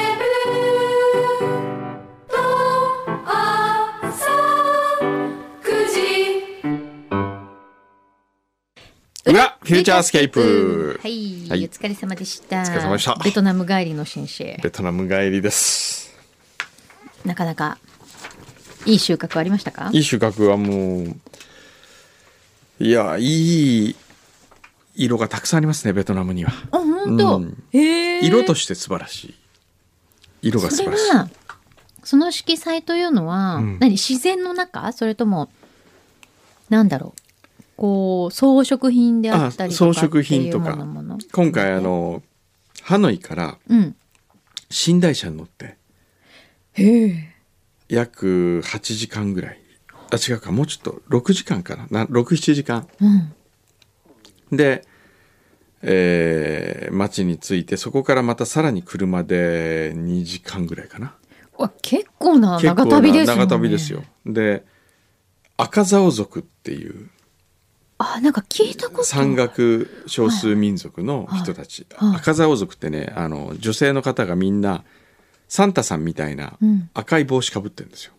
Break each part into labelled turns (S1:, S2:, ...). S1: プル」「とあさ9時」
S2: 裏フューチャースケープ
S3: はい、
S2: はい
S3: お疲れ様でした。お
S2: 疲れ様でした
S3: ベトナム帰りの先生、
S2: ベトナム帰りです
S3: なかなかいい収穫ありましたか？
S2: いい収穫はもういやいい色がたくさんありますねベトナムには
S3: あ、本当。
S2: うん
S3: へえ。
S2: 色として素晴らしい色が素
S3: そ
S2: 晴
S3: れ
S2: らしい
S3: はその色彩というのは、
S2: ん
S3: 何自然の中それともなんだろうこう装飾品であったりとか
S2: あ装飾品とか
S3: っていうものもの
S2: 今回あのハノイから
S3: うん
S2: 寝台車に乗って
S3: へえ
S2: 約8時間ぐらいあ違うかもうちょっと6時間かなな67時間
S3: うん
S2: で、えー町に着いてそこからまたさらに車で2時間ぐらいかな
S3: うわ結構な
S2: 結構
S3: 長
S2: な
S3: 旅ですよ、ね、
S2: 長旅ですよで赤竿族っていう
S3: あなんか聞いたこと
S2: 山岳少数民族の人たち、
S3: はいはい
S2: 赤竿族ってねあの女性の方がみんなサンタさんみたいな
S3: うん
S2: 赤い帽子かぶってるんですよ、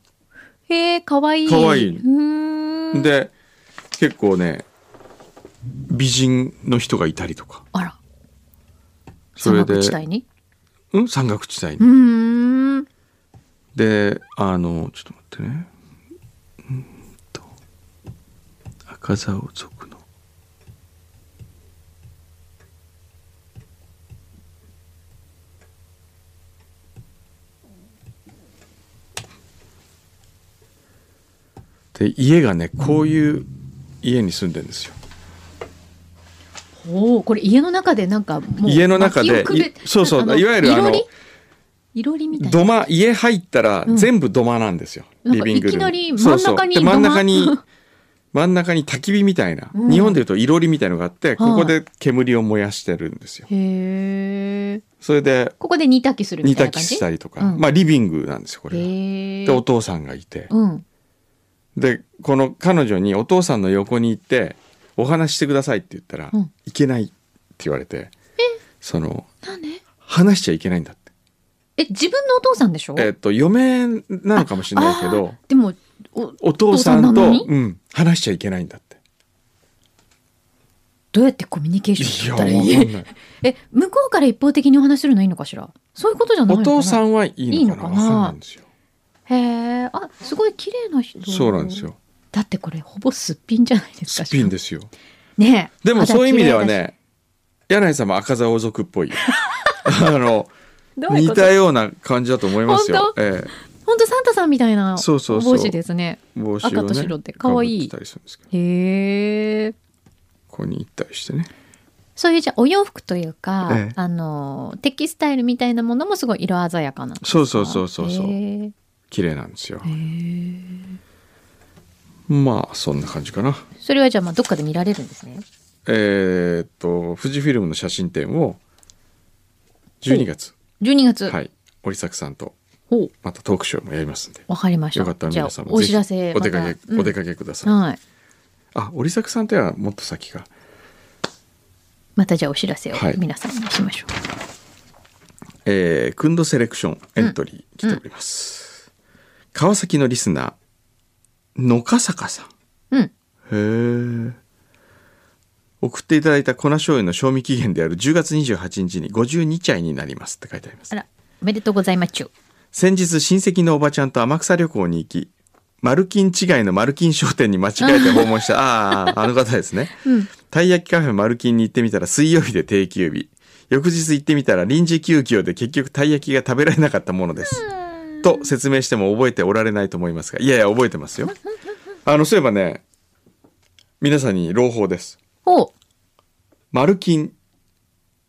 S3: へえかわいい
S2: かわいいう
S3: ーん
S2: で結構ね美人の人がいたりとか
S3: あら
S2: それで
S3: 山口地帯に
S2: うん山岳地帯に
S3: うーん
S2: であのちょっと待ってねうんと赤竿族ので家がねこういう家に住んでるんですよ、
S3: おおこれ家の中でなんかもう
S2: 家の中で
S3: 薪をくべ
S2: いそうそう
S3: なんか
S2: いわゆるあの
S3: いろりいろりみたいな
S2: 土間家入ったら全部土間なんですよ、
S3: うん
S2: リビングルーム
S3: なんかいきなり真ん中に
S2: そうそうで真ん中に
S3: 土間
S2: 真ん中に焚き火みたいな、
S3: うん
S2: 日本でいうといろりみたいのがあってここで煙を燃やしてるんですよ
S3: へえ
S2: それで
S3: ここで煮炊きするみ
S2: 煮
S3: たいな
S2: 炊き
S3: 感じ
S2: したりとか、
S3: うん
S2: まあリビングなんですよこれが、
S3: へえ
S2: でお父さんがいて、
S3: うん
S2: でこの彼女にお父さんの横に行ってお話ししてくださいって言ったら、
S3: うん
S2: いけないって言われてその
S3: なんで
S2: 話しちゃいけないんだって
S3: え自分のお父さんでしょ
S2: えっ、と嫁なのかもしれないけど
S3: でもお
S2: お父さん
S3: お父さんなの
S2: と
S3: に
S2: うん、話しちゃいけないんだって。
S3: どうやってコミュニケーシ
S2: い
S3: ョン
S2: や、
S3: 取
S2: わ
S3: った
S2: からん
S3: い
S2: ない
S3: い。 え向こうから一方的にお話しするのいいのかしらそういうことじゃない
S2: お
S3: のかな
S2: 父さんはいいのかな。
S3: いいの
S2: わ
S3: かな
S2: かんないんですよ。
S3: へえあすごい綺麗な人
S2: そうなんですよ。
S3: だってこれほぼすっぴんじゃないです
S2: す
S3: か
S2: っぴんですよ。
S3: ねえ
S2: でも
S3: 肌
S2: そういう意味では
S3: 綺麗だし
S2: ね、柳井さんも赤座王族っぽい。 あの、
S3: どういう
S2: 似
S3: こと
S2: たような感じだと思いますよ
S3: 本。
S2: ええ、
S3: 本当サンタさんみたいな
S2: そうそうそう
S3: お帽子ですね。
S2: 帽子をね、
S3: 赤と白って可愛い
S2: 被ってたりするんですけど、
S3: へえ。
S2: ここに行ったりしてね。
S3: そういうじゃあお洋服というか、
S2: ええ
S3: あのテキスタイルみたいなものもすごい色鮮やかな。
S2: そうそうそうそうそう
S3: へえ
S2: 綺麗なんですよ。まあそんな感じかな。
S3: それはじゃあまあどっかで見られるんですね。
S2: えーっと富士フィルムの写真展を12月、
S3: 12月。
S2: はい、織作さんと
S3: ほう
S2: またトークショーもやりますんで。
S3: わかりました。
S2: よかったら
S3: じゃあ
S2: 皆さんも
S3: お
S2: ぜひ
S3: 知らせ
S2: お出か
S3: ま
S2: け、
S3: たうん
S2: お出かけください、
S3: はい。
S2: あ織作さんとはもっと先か
S3: またじゃあお知らせを
S2: はい
S3: 皆さんにしましょう。
S2: えー、クンドセレクションエントリー来ております、川崎のリスナー野笠坂さん
S3: うん。
S2: へえ送っていただいた粉醤油の賞味期限である10月28日に52チャイになりますって書いてあります
S3: あらおめでとうございますちゅう。
S2: 先日親戚のおばちゃんと天草旅行に行きマルキン違いのマルキン商店に間違えて訪問したあああの方ですね、たい焼きカフェマルキンに行ってみたら水曜日で定休日翌日行ってみたら臨時休業で結局たい焼きが食べられなかったものですと説明しても覚えておられないと思いますがいやいや覚えてますよあのそういえばね皆さんに朗報です
S3: ほう。
S2: マルキン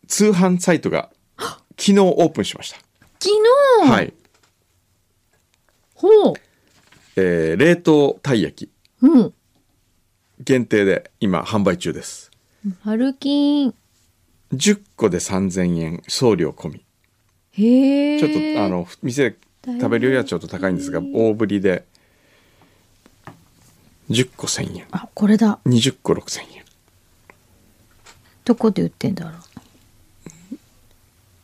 S2: 通販サイトが昨日オープンしました、
S3: 昨日。
S2: はい
S3: ほ
S2: えー冷凍たい焼き
S3: う。うん。
S2: 限定で今販売中です
S3: マルキン。
S2: 10個で3000円送料込み
S3: へえ。
S2: ちょっとあの店で食べるよりはちょっと高いんですが大ぶりで10個1000円
S3: あ、これだ。
S2: 20個6000円
S3: どこで売ってんだろ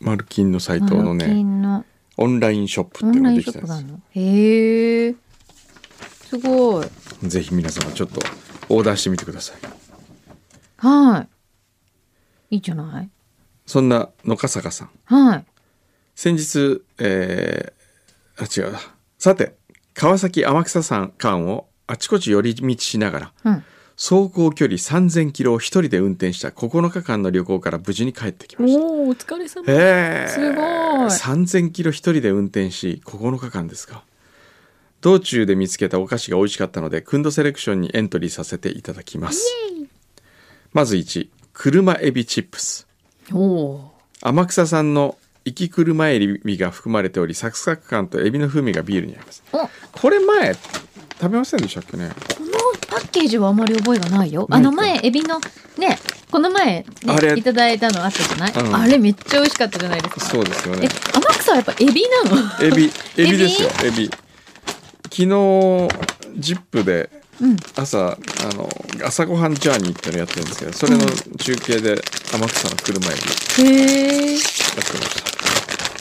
S2: マルキンのサイ
S3: う。
S2: トの
S3: マルキ
S2: ね
S3: ンの
S2: オンラインショップ
S3: オ
S2: っていう
S3: ン
S2: のが
S3: ライ
S2: で
S3: ン
S2: きた
S3: ショ
S2: ん
S3: ッ
S2: で
S3: プがあ
S2: す
S3: るの。へえ。すごい。
S2: ぜひ皆様ちょっとオーダーしてみてください
S3: はい。いいじゃない。
S2: そんな野笠坂さん
S3: はい。
S2: 先日えー、あ違うさて川崎天草山間をあちこち寄り道しながら
S3: うん。
S2: 走行距離3,000キロを一人で運転した9日間の旅行から無事に帰ってきました
S3: おお、お疲れ様。
S2: へえ
S3: すごい
S2: 3,000キロ一人で運転し9日間ですか道中で見つけたお菓子が美味しかったのでくんどセレクションにエントリーさせていただきますまず1車エビチップス
S3: おお
S2: 天草産の生き車エビが含まれておりサクサク感とエビの風味がビールに合います
S3: ー。お、こ
S2: これ前食べませんでしたっけね
S3: のパッケージはあまり覚えがないよ。あの前、エビの、ね、この前、ね
S2: あれ
S3: いただいたのあったじゃない、
S2: うん
S3: あれめっちゃ美味しかったじゃないですか。
S2: そうですよ
S3: え
S2: ね、
S3: 天草はやっぱエビなの
S2: エビエビですよエビ昨日ジップで
S3: うん。
S2: 朝あの朝ごはんジャーニーってのやってるんですけどそれの中継で天草の車エビや
S3: へ
S2: っ
S3: え。
S2: てまし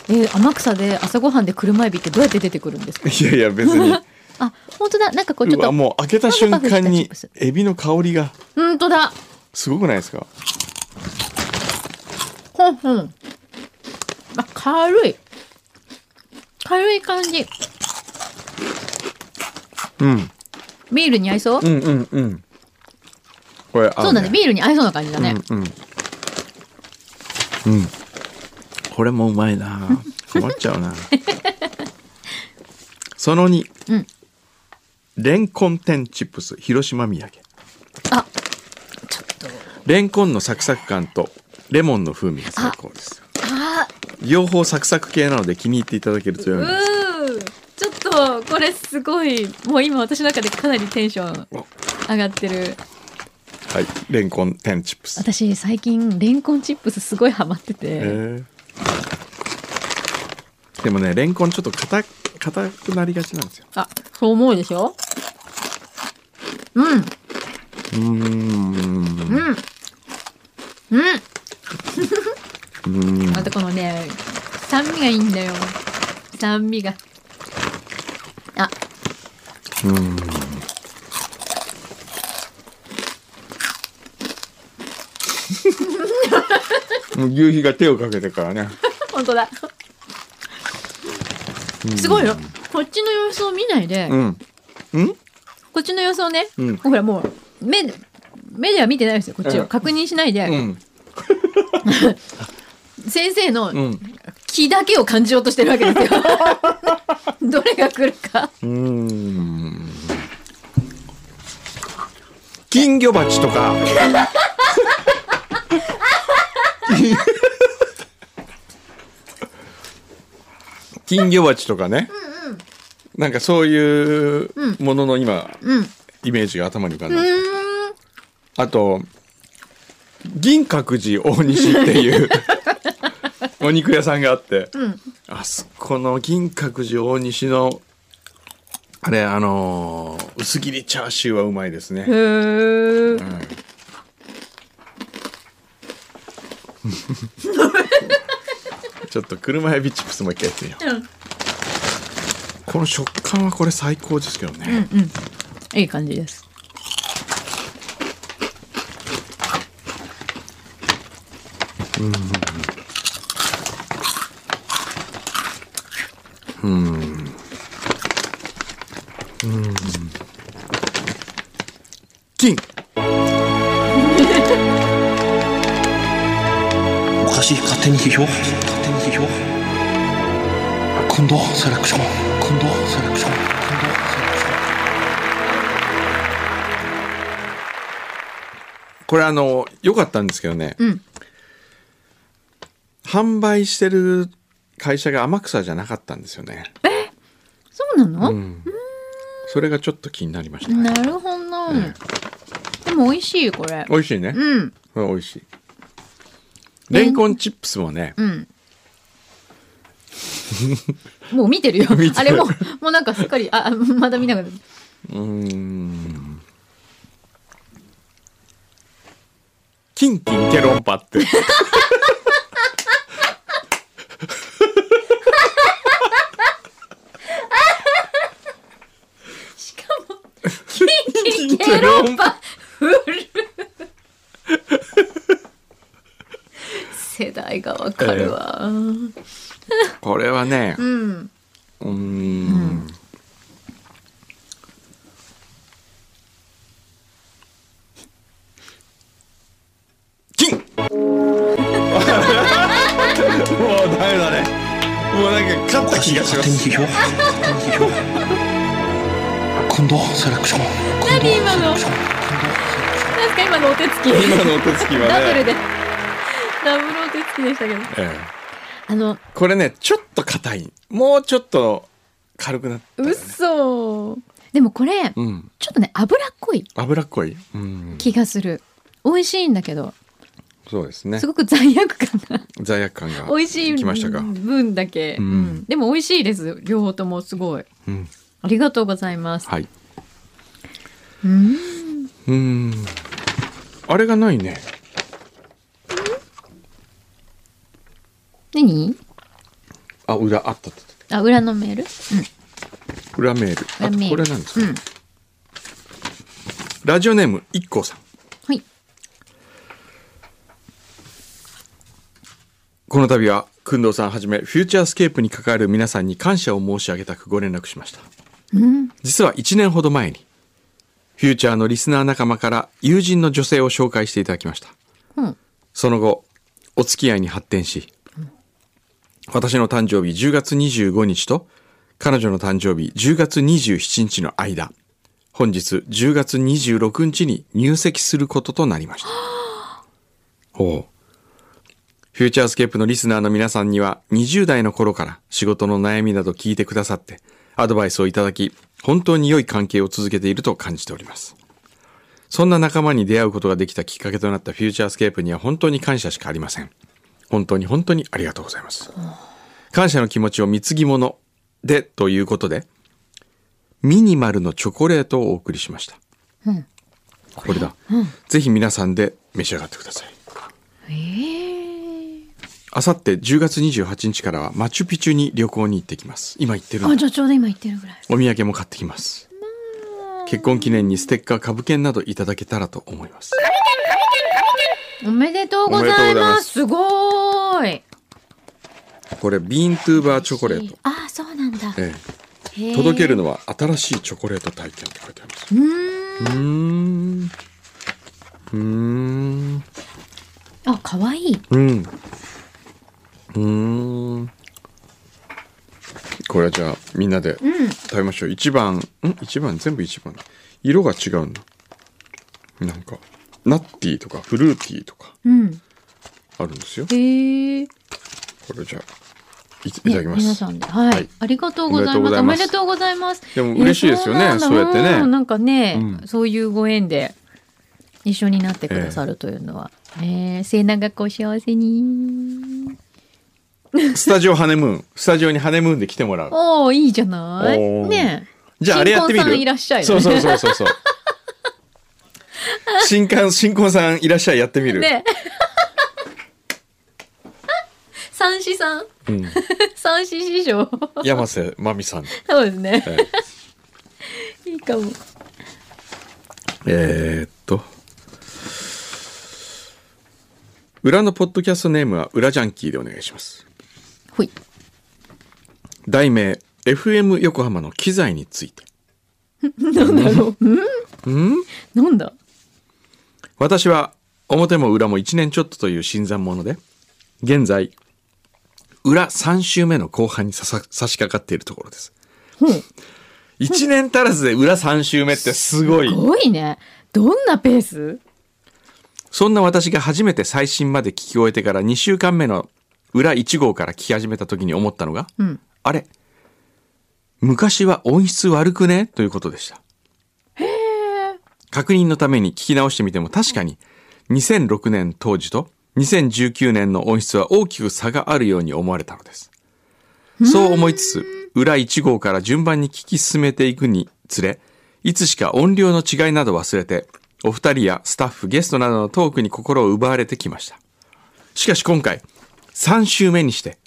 S3: えー天草で朝ごはんで車エビってどうやって出てくるんですか
S2: た いやいや別に
S3: あ、本当だ。なんかこうちょ
S2: う
S3: っと
S2: わ、もう開けた瞬間に
S3: パフパフしたチッ
S2: エビの香りが
S3: 本当だ。
S2: すごくないですか
S3: ほんほん。あ、軽い。軽い感じ。
S2: うん
S3: ビールに合いそう、
S2: うんうんうんこれ合
S3: そうだね。ビールに合いそうな感じだね。
S2: うんうん、うん、これもうまいな困っちゃ うなその2、
S3: うん
S2: レンコン天チップス広島土産
S3: あ、ちょっと。
S2: レンコンのサクサク感とレモンの風味が最高です
S3: あ
S2: 両方サクサク系なので気に入っていただけると
S3: ー、
S2: 良
S3: う
S2: いです
S3: ー。ちょっと、これすごい、もう今私の中でかなりテンション上がってる。
S2: はいレンコン天チップス
S3: 私、最近、レンコンチップスすごいハマってて。
S2: へーでもねレンコンちょっと硬硬くなりがちなんですよ
S3: あ、そう思うでしょうん、
S2: うーん
S3: うん。うん。
S2: うーん
S3: またこのね、酸味がいいんだよ。酸味が。あ、
S2: もう牛皮が手をかけてからね
S3: 本当だ。すごいよ。こっちの様子を見ないで、
S2: うんうん
S3: こっちの様子をね、
S2: うん
S3: ほらもう、目で、目では見てないですよ、こっち
S2: う
S3: を。
S2: ん
S3: 確認しないで、
S2: うん
S3: 先生
S2: う
S3: の
S2: ん
S3: 気だけを感じようとしてるわけで すよ。どれが来るか。
S2: うーん金魚鉢とか金魚鉢とかねなんかそういうものの今、
S3: うん。う
S2: イメージが頭に浮かんだんですよ
S3: ーん。
S2: あと銀閣寺大西っていうお肉屋さんがあって、
S3: ん
S2: あそこの銀閣寺大西のあれあのー薄切りチャーシューはうまいです
S3: へ
S2: ね
S3: ー。
S2: ちょっと車エビチップスもう一回やってみよう、
S3: うん
S2: この食感はこれ最高ですけどね、
S3: いい感じです。
S2: 金
S4: おかしい勝手に批評勝手に批評今度セレクション今度セレクション今度セレクション
S2: これあの良かったんですけどね、
S3: うん
S2: 販売してる会社が天草じゃなかったんですよね
S3: そうなの、
S2: それがちょっと気になりましたね
S3: なるほど、でも美味しい、これ。
S2: 美味しいね。
S3: うん。
S2: これ美味しい。レンコンチップスもね、
S3: うん。もう見てるよ。
S2: 見てる
S3: あれもう、もうなんかすっかり、あ、まだ見なかった。
S2: うーん。キンキンケロンパって。
S3: ケロンパフル世代がわかるわ、
S2: これはね、
S3: うん
S2: うーん。キンもうダメだね。もうなんか勝った気がし
S4: 勝
S2: ま
S4: 手に
S2: す。
S4: 批評勝手に批評今度セレクション今度
S3: 何今の
S4: セレクション
S3: なんか今のお手つき
S2: 今のお手つきは
S3: ダブル
S2: ね。
S3: でダブルお手つきでしたけど
S2: ええ
S3: あの
S2: これね、ちょっと硬い。もうちょっと軽くなったよね、
S3: 嘘でもこれ
S2: うん。
S3: ちょっとね脂っこい
S2: 脂っこい。うん。
S3: 気がする美味しいんだけど
S2: そうですね
S3: す。ごく罪悪感が
S2: 罪悪感が。
S3: 美味しい
S2: きましたか。
S3: 分だけ、
S2: うん
S3: うんでも美味しいです両方ともすごい
S2: うん。
S3: ありがとうございます、
S2: はい。
S3: うん
S2: うーん。あれがないね。
S3: 何
S2: あ、裏、あったあったあっ
S3: あ裏のメール
S2: た。裏メール。
S3: 裏
S2: あと
S3: メール
S2: これは何ですか、
S3: うん
S2: ラジオネーム、i k さん。
S3: はい
S2: この度は、くんどうさんはじめ、フューチャースケープに関わる皆さんに感謝を申し上げたくご連絡しました。
S3: うん
S2: 実は1年ほど前に、フューチャーのリスナー仲間から友人の女性を紹介していただきました。
S3: うん
S2: その後、お付き合いに発展し、私の誕生日10月25日と、彼女の誕生日10月27日の間、本日10月26日に入籍することとなりま した。おうフューチャースケープのリスナーの皆さんには、20代の頃から仕事の悩みなど聞いてくださって、アドバイスをいただき、本当に良い関係を続けていると感じております。そんな仲間に出会うことができたきっかけとなったフューチャースケープには本当に感謝しかありません。本当に本当にありがとうございます。感謝の気持ちを貢ぎ物でということで、ミニマルのチョコレートをお送りしました。これだ、ぜひ皆さんで召し上がってください。
S3: ええ
S2: あさって10月28日からはマチュピチュに旅行に行ってきます。今行ってるんだ
S3: あじゃあちょうど今言ってるぐらい
S2: お土産も買ってきます。結婚記念にステッカー株券などいただけたらと思います。
S3: おめでとうござ
S2: おめでとうござ
S3: います
S2: います
S3: すごーい
S2: これビーントゥーバーチョコレート。
S3: ああそうなんだ
S2: え
S3: へ
S2: え、
S3: ー
S2: 届けるのは新しいチョコレート体験って書いてあります。
S3: うー
S2: うーん。
S3: ん
S2: うーん。
S3: あ可愛い
S2: うん。うーん。これはじゃあみんなで
S3: うん
S2: 食べましょう。一番、ん一番、全部一番。色が違うんだ。なんか、ナッティーとかフルーティーとか
S3: うん
S2: あるんですよ。
S3: へえ
S2: これじゃあ、いいた
S3: ね
S2: だきます。
S3: 皆さんで、はい、
S2: はい
S3: ありがとうございます。お
S2: お
S3: め
S2: めで
S3: でと
S2: と
S3: うございます。
S2: でも嬉しいですよね
S3: えー
S2: そうやってね
S3: んなんかね、
S2: うん
S3: そういうご縁で一緒になってくださるというのは、えー、末永くお幸せに。
S2: スタジオハネムーン。スタジオにハネムーンで来てもらう。
S3: おお、いいじゃない。
S2: おー
S3: ねえ。
S2: じゃああれやってみ
S3: 新婚
S2: る
S3: さんいらっしゃいね
S2: そうそうそうそう そう。新婚、新婚さんいらっしゃいやってみる。
S3: ねえ。三子さん、
S2: うん。
S3: 三子師匠。
S2: 山瀬まみさん。
S3: そうですね。
S2: えー
S3: いいかも。
S2: えーっと。裏のポッドキャストネームは裏ジャンキーでお願いします。
S3: ほい。
S2: 題名、FM 横浜の機材について。
S3: なんだろう。うん。 なんだ。
S2: 私は表も裏も1年ちょっとという新参者で現在裏3週目の後半にささ差し掛かっているところです
S3: ほう。
S2: 1年足らずで裏3週目ってすごい
S3: すごいね。どんなペース？
S2: そんな私が初めて最新まで聞き終えてから2週間目の裏1号から聞き始めた時に思ったのが、
S3: ん
S2: あれ昔は音質悪くねということでした。確認のために聞き直してみても確かに2006年当時と2019年の音質は大きく差があるように思われたのです。そう思いつつ、裏1号から順番に聞き進めていくにつれ、いつしか音量の違いなど忘れて、お二人やスタッフ、ゲストなどのトークに心を奪われてきました。しかし今回、3週目にして、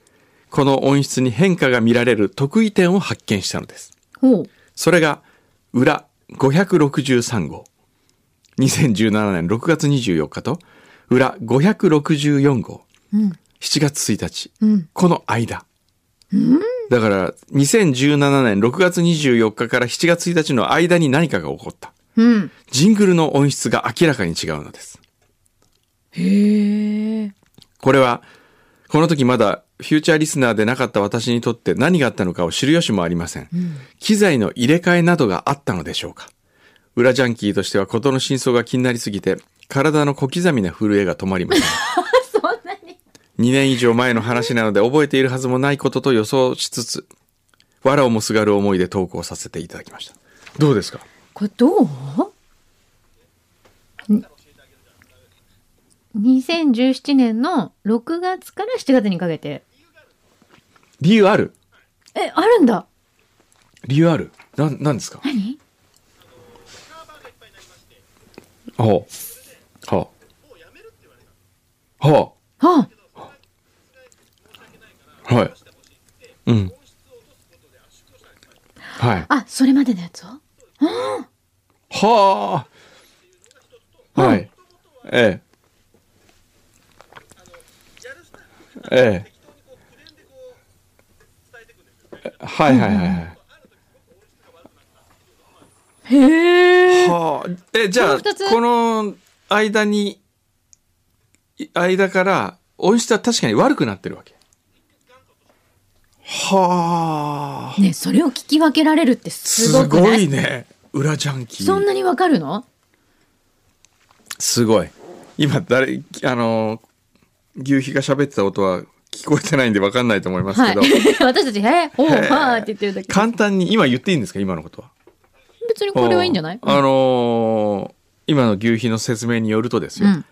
S2: この音質に変化が見られる得意点を発見したのです。
S3: ほう。
S2: それが、裏563号。2017年6月24日と、裏564号。7月1日。この間。だから、2017年6月24日から7月1日の間に何かが起こった。
S3: うん。
S2: ジングルの音質が明らかに違うのです。
S3: へえ。
S2: これは、この時まだフューチャーリスナーでなかった私にとって何があったのかを知る由もありません。機材の入れ替えなどがあったのでしょうか。裏ジャンキーとしては事の真相が気になりすぎて、体の小刻みな震えが止まりま せん。
S3: そんなに。
S2: 2年以上前の話なので覚えているはずもないことと予想しつつ、藁をもすがる思いで投稿させていただきました。どうですか
S3: これどうん2017年の6月から7月にかけて。
S2: 理由ある
S3: え、あるんだ。
S2: 理由あるなん、なんですか
S3: 何
S2: ほう。ほう。ほ
S3: あ
S2: う。はい。うん。はい。
S3: あ、それまでのやつを
S2: はあ。はい。ええ。ええ。はいはいはいはい。
S3: へえ。
S2: はあ、えじゃあ
S3: この二つ
S2: この間にい間から音質は確かに悪くなってるわけはあ
S3: ね、それを聞き分けられるってす
S2: す
S3: ごくな
S2: ご
S3: い
S2: いね裏ジャンキ
S3: そん
S2: ー
S3: なにわかるの
S2: すごい今誰あの牛皮が喋ってた音は聞こえてないんで分かんないと思います
S3: は
S2: け
S3: い
S2: ど、。
S3: 私たち、え、おう、はーって言ってるだけ。
S2: 簡単に今言っていいんですか今のことは
S3: 別 にこれはいいんじゃない
S2: あのー今の牛皮の説明によるとです
S3: う
S2: よ、
S3: ん。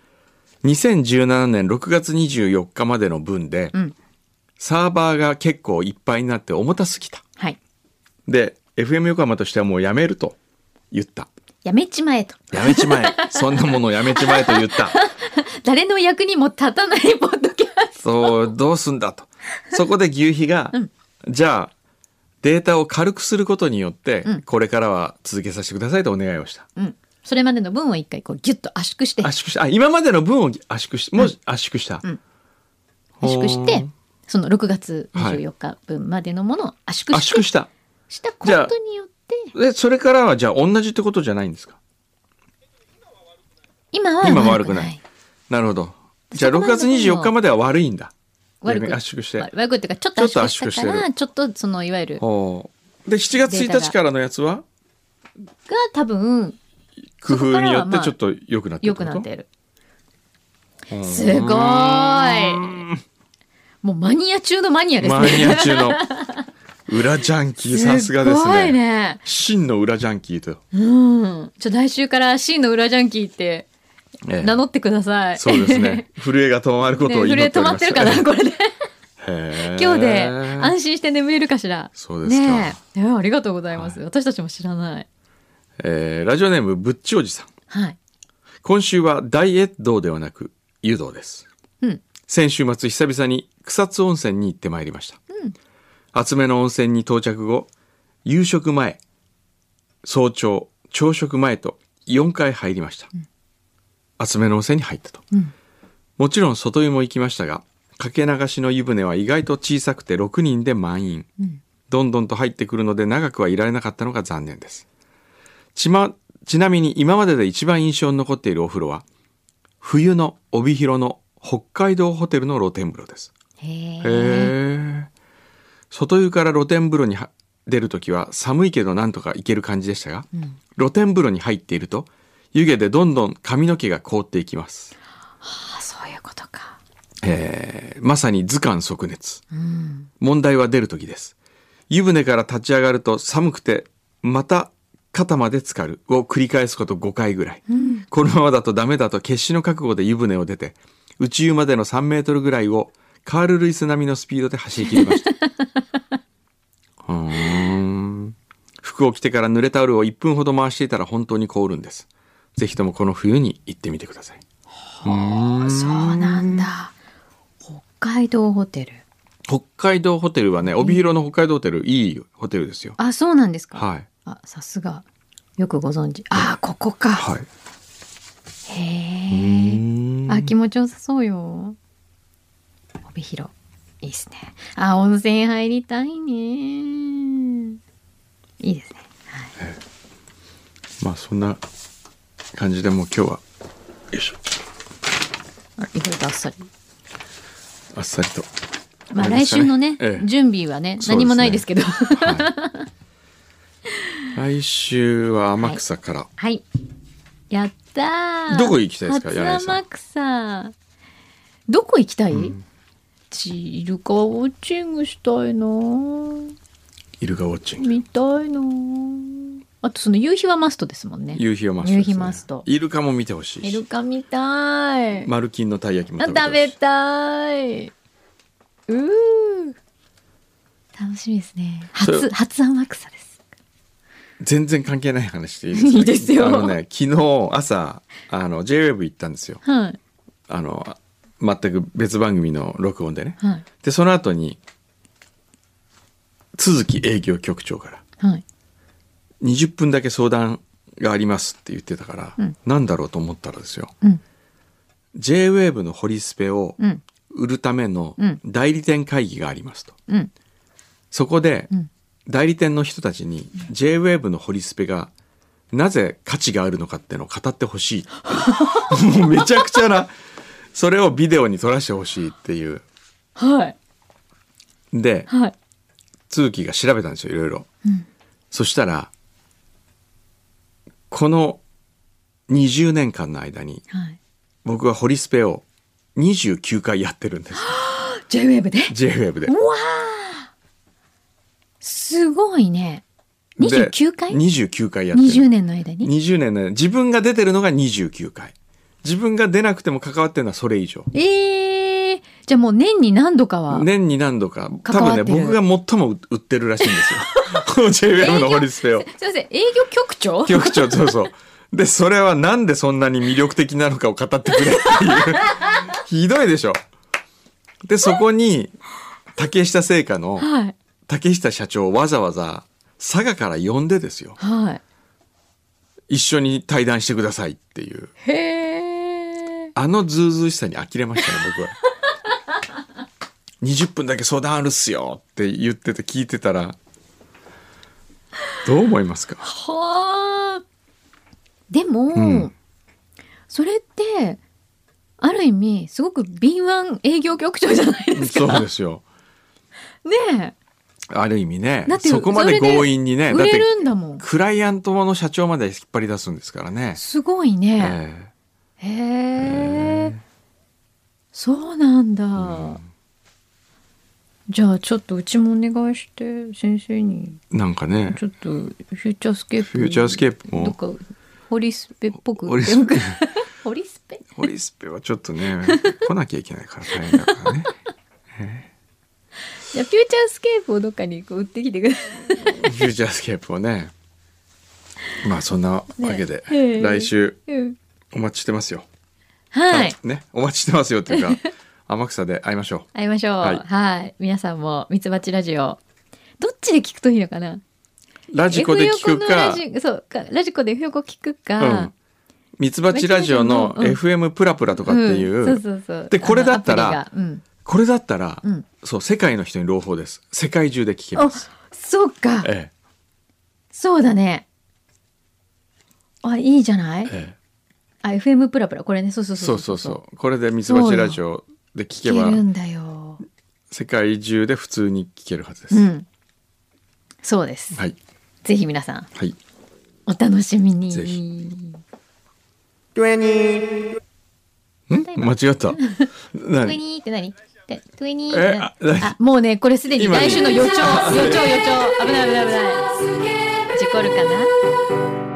S2: 2017年6月24日までの分で、
S3: うん
S2: サーバーが結構いっぱいになって重たすぎた。
S3: はい。
S2: で、FM 横浜としてはもうやめると言った。
S3: やめちまえと。
S2: やめちま え。そんなものやめちまえと言った。
S3: 誰の役にも立たないポッドキャス
S2: そう、どうすんだと。そこで牛皮が、
S3: うん
S2: じゃあ、データを軽くすることによって、
S3: うん
S2: これからは続けさせてくださいとお願いをした。
S3: ト。うん。それまでの分を一回こうギュッと圧縮して、圧
S2: 圧縮した。あ、今までの分を圧縮し、もう圧縮した。
S3: うん縮して
S2: ほ、
S3: その6月
S2: はい
S3: 24日分までのものを圧
S2: ー
S3: 縮
S2: 圧
S3: して
S2: 縮、した。
S3: したことによって、
S2: で、それからはじゃあ同じってことじゃないんですか
S3: 今は
S2: 今は
S3: 悪
S2: 悪
S3: く
S2: く
S3: な
S2: ないい。なるほど。じゃあ
S3: そこ
S2: 6
S3: まで
S2: 月24日までは悪いんだ。
S3: 悪く
S2: 圧縮して
S3: わ。悪くっていうか、ちょっと圧縮した
S2: ちょ
S3: か
S2: っと圧縮し
S3: ら、ちょっとそのいわゆる、が
S2: ほうで、7月1日からのやつは、
S3: 多分
S2: 工
S3: そこか
S2: 夫
S3: ら
S2: によ
S3: は
S2: っ
S3: ま
S2: て
S3: あ
S2: ちょっと良くなって
S3: 良
S2: るて
S3: く
S2: こと
S3: なっている。
S2: うん
S3: すごーい。もうマニア中のマニアですね。
S2: マニア中の。裏ジャンキーさすがです
S3: ごい
S2: ね。
S3: ね。
S2: 真の裏ジャンキーと。
S3: うん。ちょ、来週から C の裏ジャンキーって
S2: ええ
S3: 名乗ってください。
S2: そうです ね。。震えが止まることを
S3: ね、
S2: 祈
S3: 震え
S2: って
S3: 止
S2: おり
S3: まっ
S2: ます。
S3: てるかな、これで。
S2: へえ
S3: 今日で安心して眠れるかしら。
S2: そうですか
S3: ねえいやありがとうございます。私たちも知らない。
S2: えーラジオネーム、ぶっちおじさん。
S3: はい。
S2: 今週はダイエットではなく湯道です、
S3: うん
S2: 先週末久々に草津温泉に行ってまいりました、厚めの温泉に到着後夕食前早朝朝食前と4回入りました、厚めの温泉に入ったと、
S3: うん
S2: もちろん外湯も行きましたがかけ流しの湯船は意外と小さくて6人で満員、
S3: ん
S2: どんどんと入ってくるので長くはいられなかったのが残念ですちま、ちなみに今までで一番印象に残っているお風呂は、冬の帯広の北海道ホテルの露天風呂です。
S3: へえ。
S2: へえ。外湯から露天風呂には出るときは寒いけどなんとか行ける感じでしたが、露天風呂に入っていると、湯気でどんどん髪の毛が凍っていきます。
S3: あ、そういうことか。
S2: えーまさに図鑑即熱。
S3: うん。
S2: 問題は出る時です湯船から立ち上がると寒くてまた肩まで浸かるを繰り返すこと5回ぐらい、このままだとダメだと決死の覚悟で湯船を出て宇宙までの3メートルぐらいをカール・ルイス並みのスピードで走り切りましたうーん服を着てから濡れタオルを1分ほど回していたら本当に凍るんですぜひともこの冬に行ってみてください
S3: そうなんだ。北海道ホテル。
S2: 北海道ホテルはね帯広の北海道ホテルいいホテルですよ
S3: あ、そうなんですか。
S2: はい
S3: あ、さすが。よくご存知。あ、ここか。
S2: はい
S3: へえ。あ、気持ちよさそうよ。帯広。いいっすね。あ、温泉入りたいね。いいですね。はい。
S2: まあそんな感じでもう今日は
S3: あ意外とあっさり。
S2: あっさりと
S3: ま
S2: わ
S3: あ
S2: かりま
S3: 来
S2: したね
S3: 週のね、
S2: ええ
S3: 準備はね、
S2: そうですね
S3: 何もないですけど。
S2: 来週は天草から、
S3: はい。やったー。
S2: どこ行きたいですか
S3: 初
S2: 柳井さん
S3: 天草。どこ行きたい、私イルカウォッチングしたいなー
S2: イルガウォッチング
S3: 見たいなーあとその夕日はマストですもんね。
S2: 夕日をマストです、ね、
S3: 夕日マスト
S2: イルカも見てほしい
S3: イル
S2: し
S3: カ見たい。
S2: マルキンのたい焼きも
S3: あ
S2: 食べてほしい
S3: 食べたい。うー。楽しみですね。
S2: そ
S3: 初、
S2: れ
S3: 初天草です。
S2: 全然関係ない話でいいですか
S3: いい ですよ
S2: あのね昨日朝あの JWEB 行ったんですよ
S3: はい。
S2: あの全く別番組の録音でね
S3: はい。
S2: でその後に都築営業局長から
S3: はい。
S2: 20分だけ相談がありますって言ってたから、
S3: うん
S2: なんだろうと思ったらですよ、
S3: うん
S2: JWAVE のホリスペを
S3: うん。
S2: 売るための
S3: うん
S2: 代理店会議がありますと、
S3: うん。
S2: そこで
S3: うん
S2: 代理店の人たちに JWAVE のホリスペがなぜ価値があるのかってのを語ってほしい もうめちゃくちゃなそれをビデオに撮らせてほしいっていう
S3: はい。
S2: で
S3: はい。
S2: 通紀が調べたんですよいろいろ、
S3: うん
S2: そしたらこの20年間の間に
S3: はい。
S2: 僕はホリスペを29回やってるん です
S3: JWAVE で
S2: JWEB で
S3: すごいね。
S2: で
S3: 29回
S2: 29回やってる
S3: 20年の間に
S2: 20年の間自分が出てるのが29回自分が出なくても関わってるのはそれ以上
S3: えー、じゃあもう年に何度かは。
S2: 年に何度か多
S3: 関わっ
S2: 分
S3: て
S2: ね
S3: る
S2: 僕が最も売ってるらしいん ですよ JWEB のホリスペを
S3: すいません、営業局長
S2: 局長そうそうでそれはなんでそんなに魅力的なのかを語ってくれっていうひどいでしょでそこに竹下製菓の
S3: はい。
S2: 竹下社長をわざわざ佐賀から呼んでですよ
S3: はい。
S2: 一緒に対談してくださいっていう
S3: へー。
S2: あのズうずうしさに呆れましたね僕は20分だけ相談あるっすよって言ってて聞いてたらどう思いますか
S3: はー。でも、
S2: ん
S3: それって、ある意味、すごく敏腕営業局長じゃないです
S2: そう
S3: か。
S2: ですよ
S3: ね
S2: ある意味ね
S3: だって
S2: そこまで強引に
S3: え。
S2: ね
S3: 売
S2: だって
S3: れるんだもん。
S2: クライアントの社長まで引っ張り出すんですからね。
S3: すごいね。
S2: え
S3: へえ。そうなんだ。じゃあちょっとうちもお願いして先生に
S2: えなんかね、
S3: ちょっとフューチャースケープ
S2: フューチャースケープ
S3: どっ
S2: も、
S3: かホリスペっぽく
S2: ホリス ペ
S3: ホリスペ
S2: ホリスペはちょっと ね、来なきゃいけないから大変だからね。
S3: じゃあフューチャースケープをどっかにこう売ってきてください
S2: フューチャースケープをね。まあそんなわけで、
S3: ねええ
S2: 来週
S3: うん
S2: お待ちしてますよ。
S3: はい
S2: あね、お待ちしてますよって いうか、天草で会いましょ
S3: 会いましょうは
S2: はいい、
S3: 皆さんもミツバチラジオどっちで聞くといいのかな
S2: う。ラジコで聞く
S3: F 横のラ
S2: か、
S3: ジそうかラジコで F 横聞くか、
S2: うんミツバチラジオの
S3: うん
S2: FM プラプラとかっていう、
S3: うんそうそうそう
S2: でこれだったら
S3: あのアプリがうん
S2: これだったら、
S3: うん
S2: そう、世界の人に朗報です。世界中で聞け
S3: あ
S2: ます。
S3: そうか
S2: え
S3: そうだねあいいじゃない
S2: え、ええ。
S3: あ FM プラプラこれねそうそうそ
S2: そううそうそう。これでミツバチラジオで聞け
S3: 聞ける
S2: ば、
S3: んだよ
S2: 世界中で普通に聞けるはずです。
S3: うんそうです、
S2: はい。
S3: ぜひ皆さん
S2: はい。
S3: お楽しみに
S2: ぜひ
S3: え
S2: ん間違っ た。
S3: トゥエ
S2: 何
S3: ニーって何でトゥエニーっ
S2: え
S3: て何
S2: あ何
S3: あもうねこれすでに
S2: 今
S3: 来週の予兆予兆予兆危ない危ない危ない
S1: ない
S3: 事
S1: 残
S3: 故
S1: るかな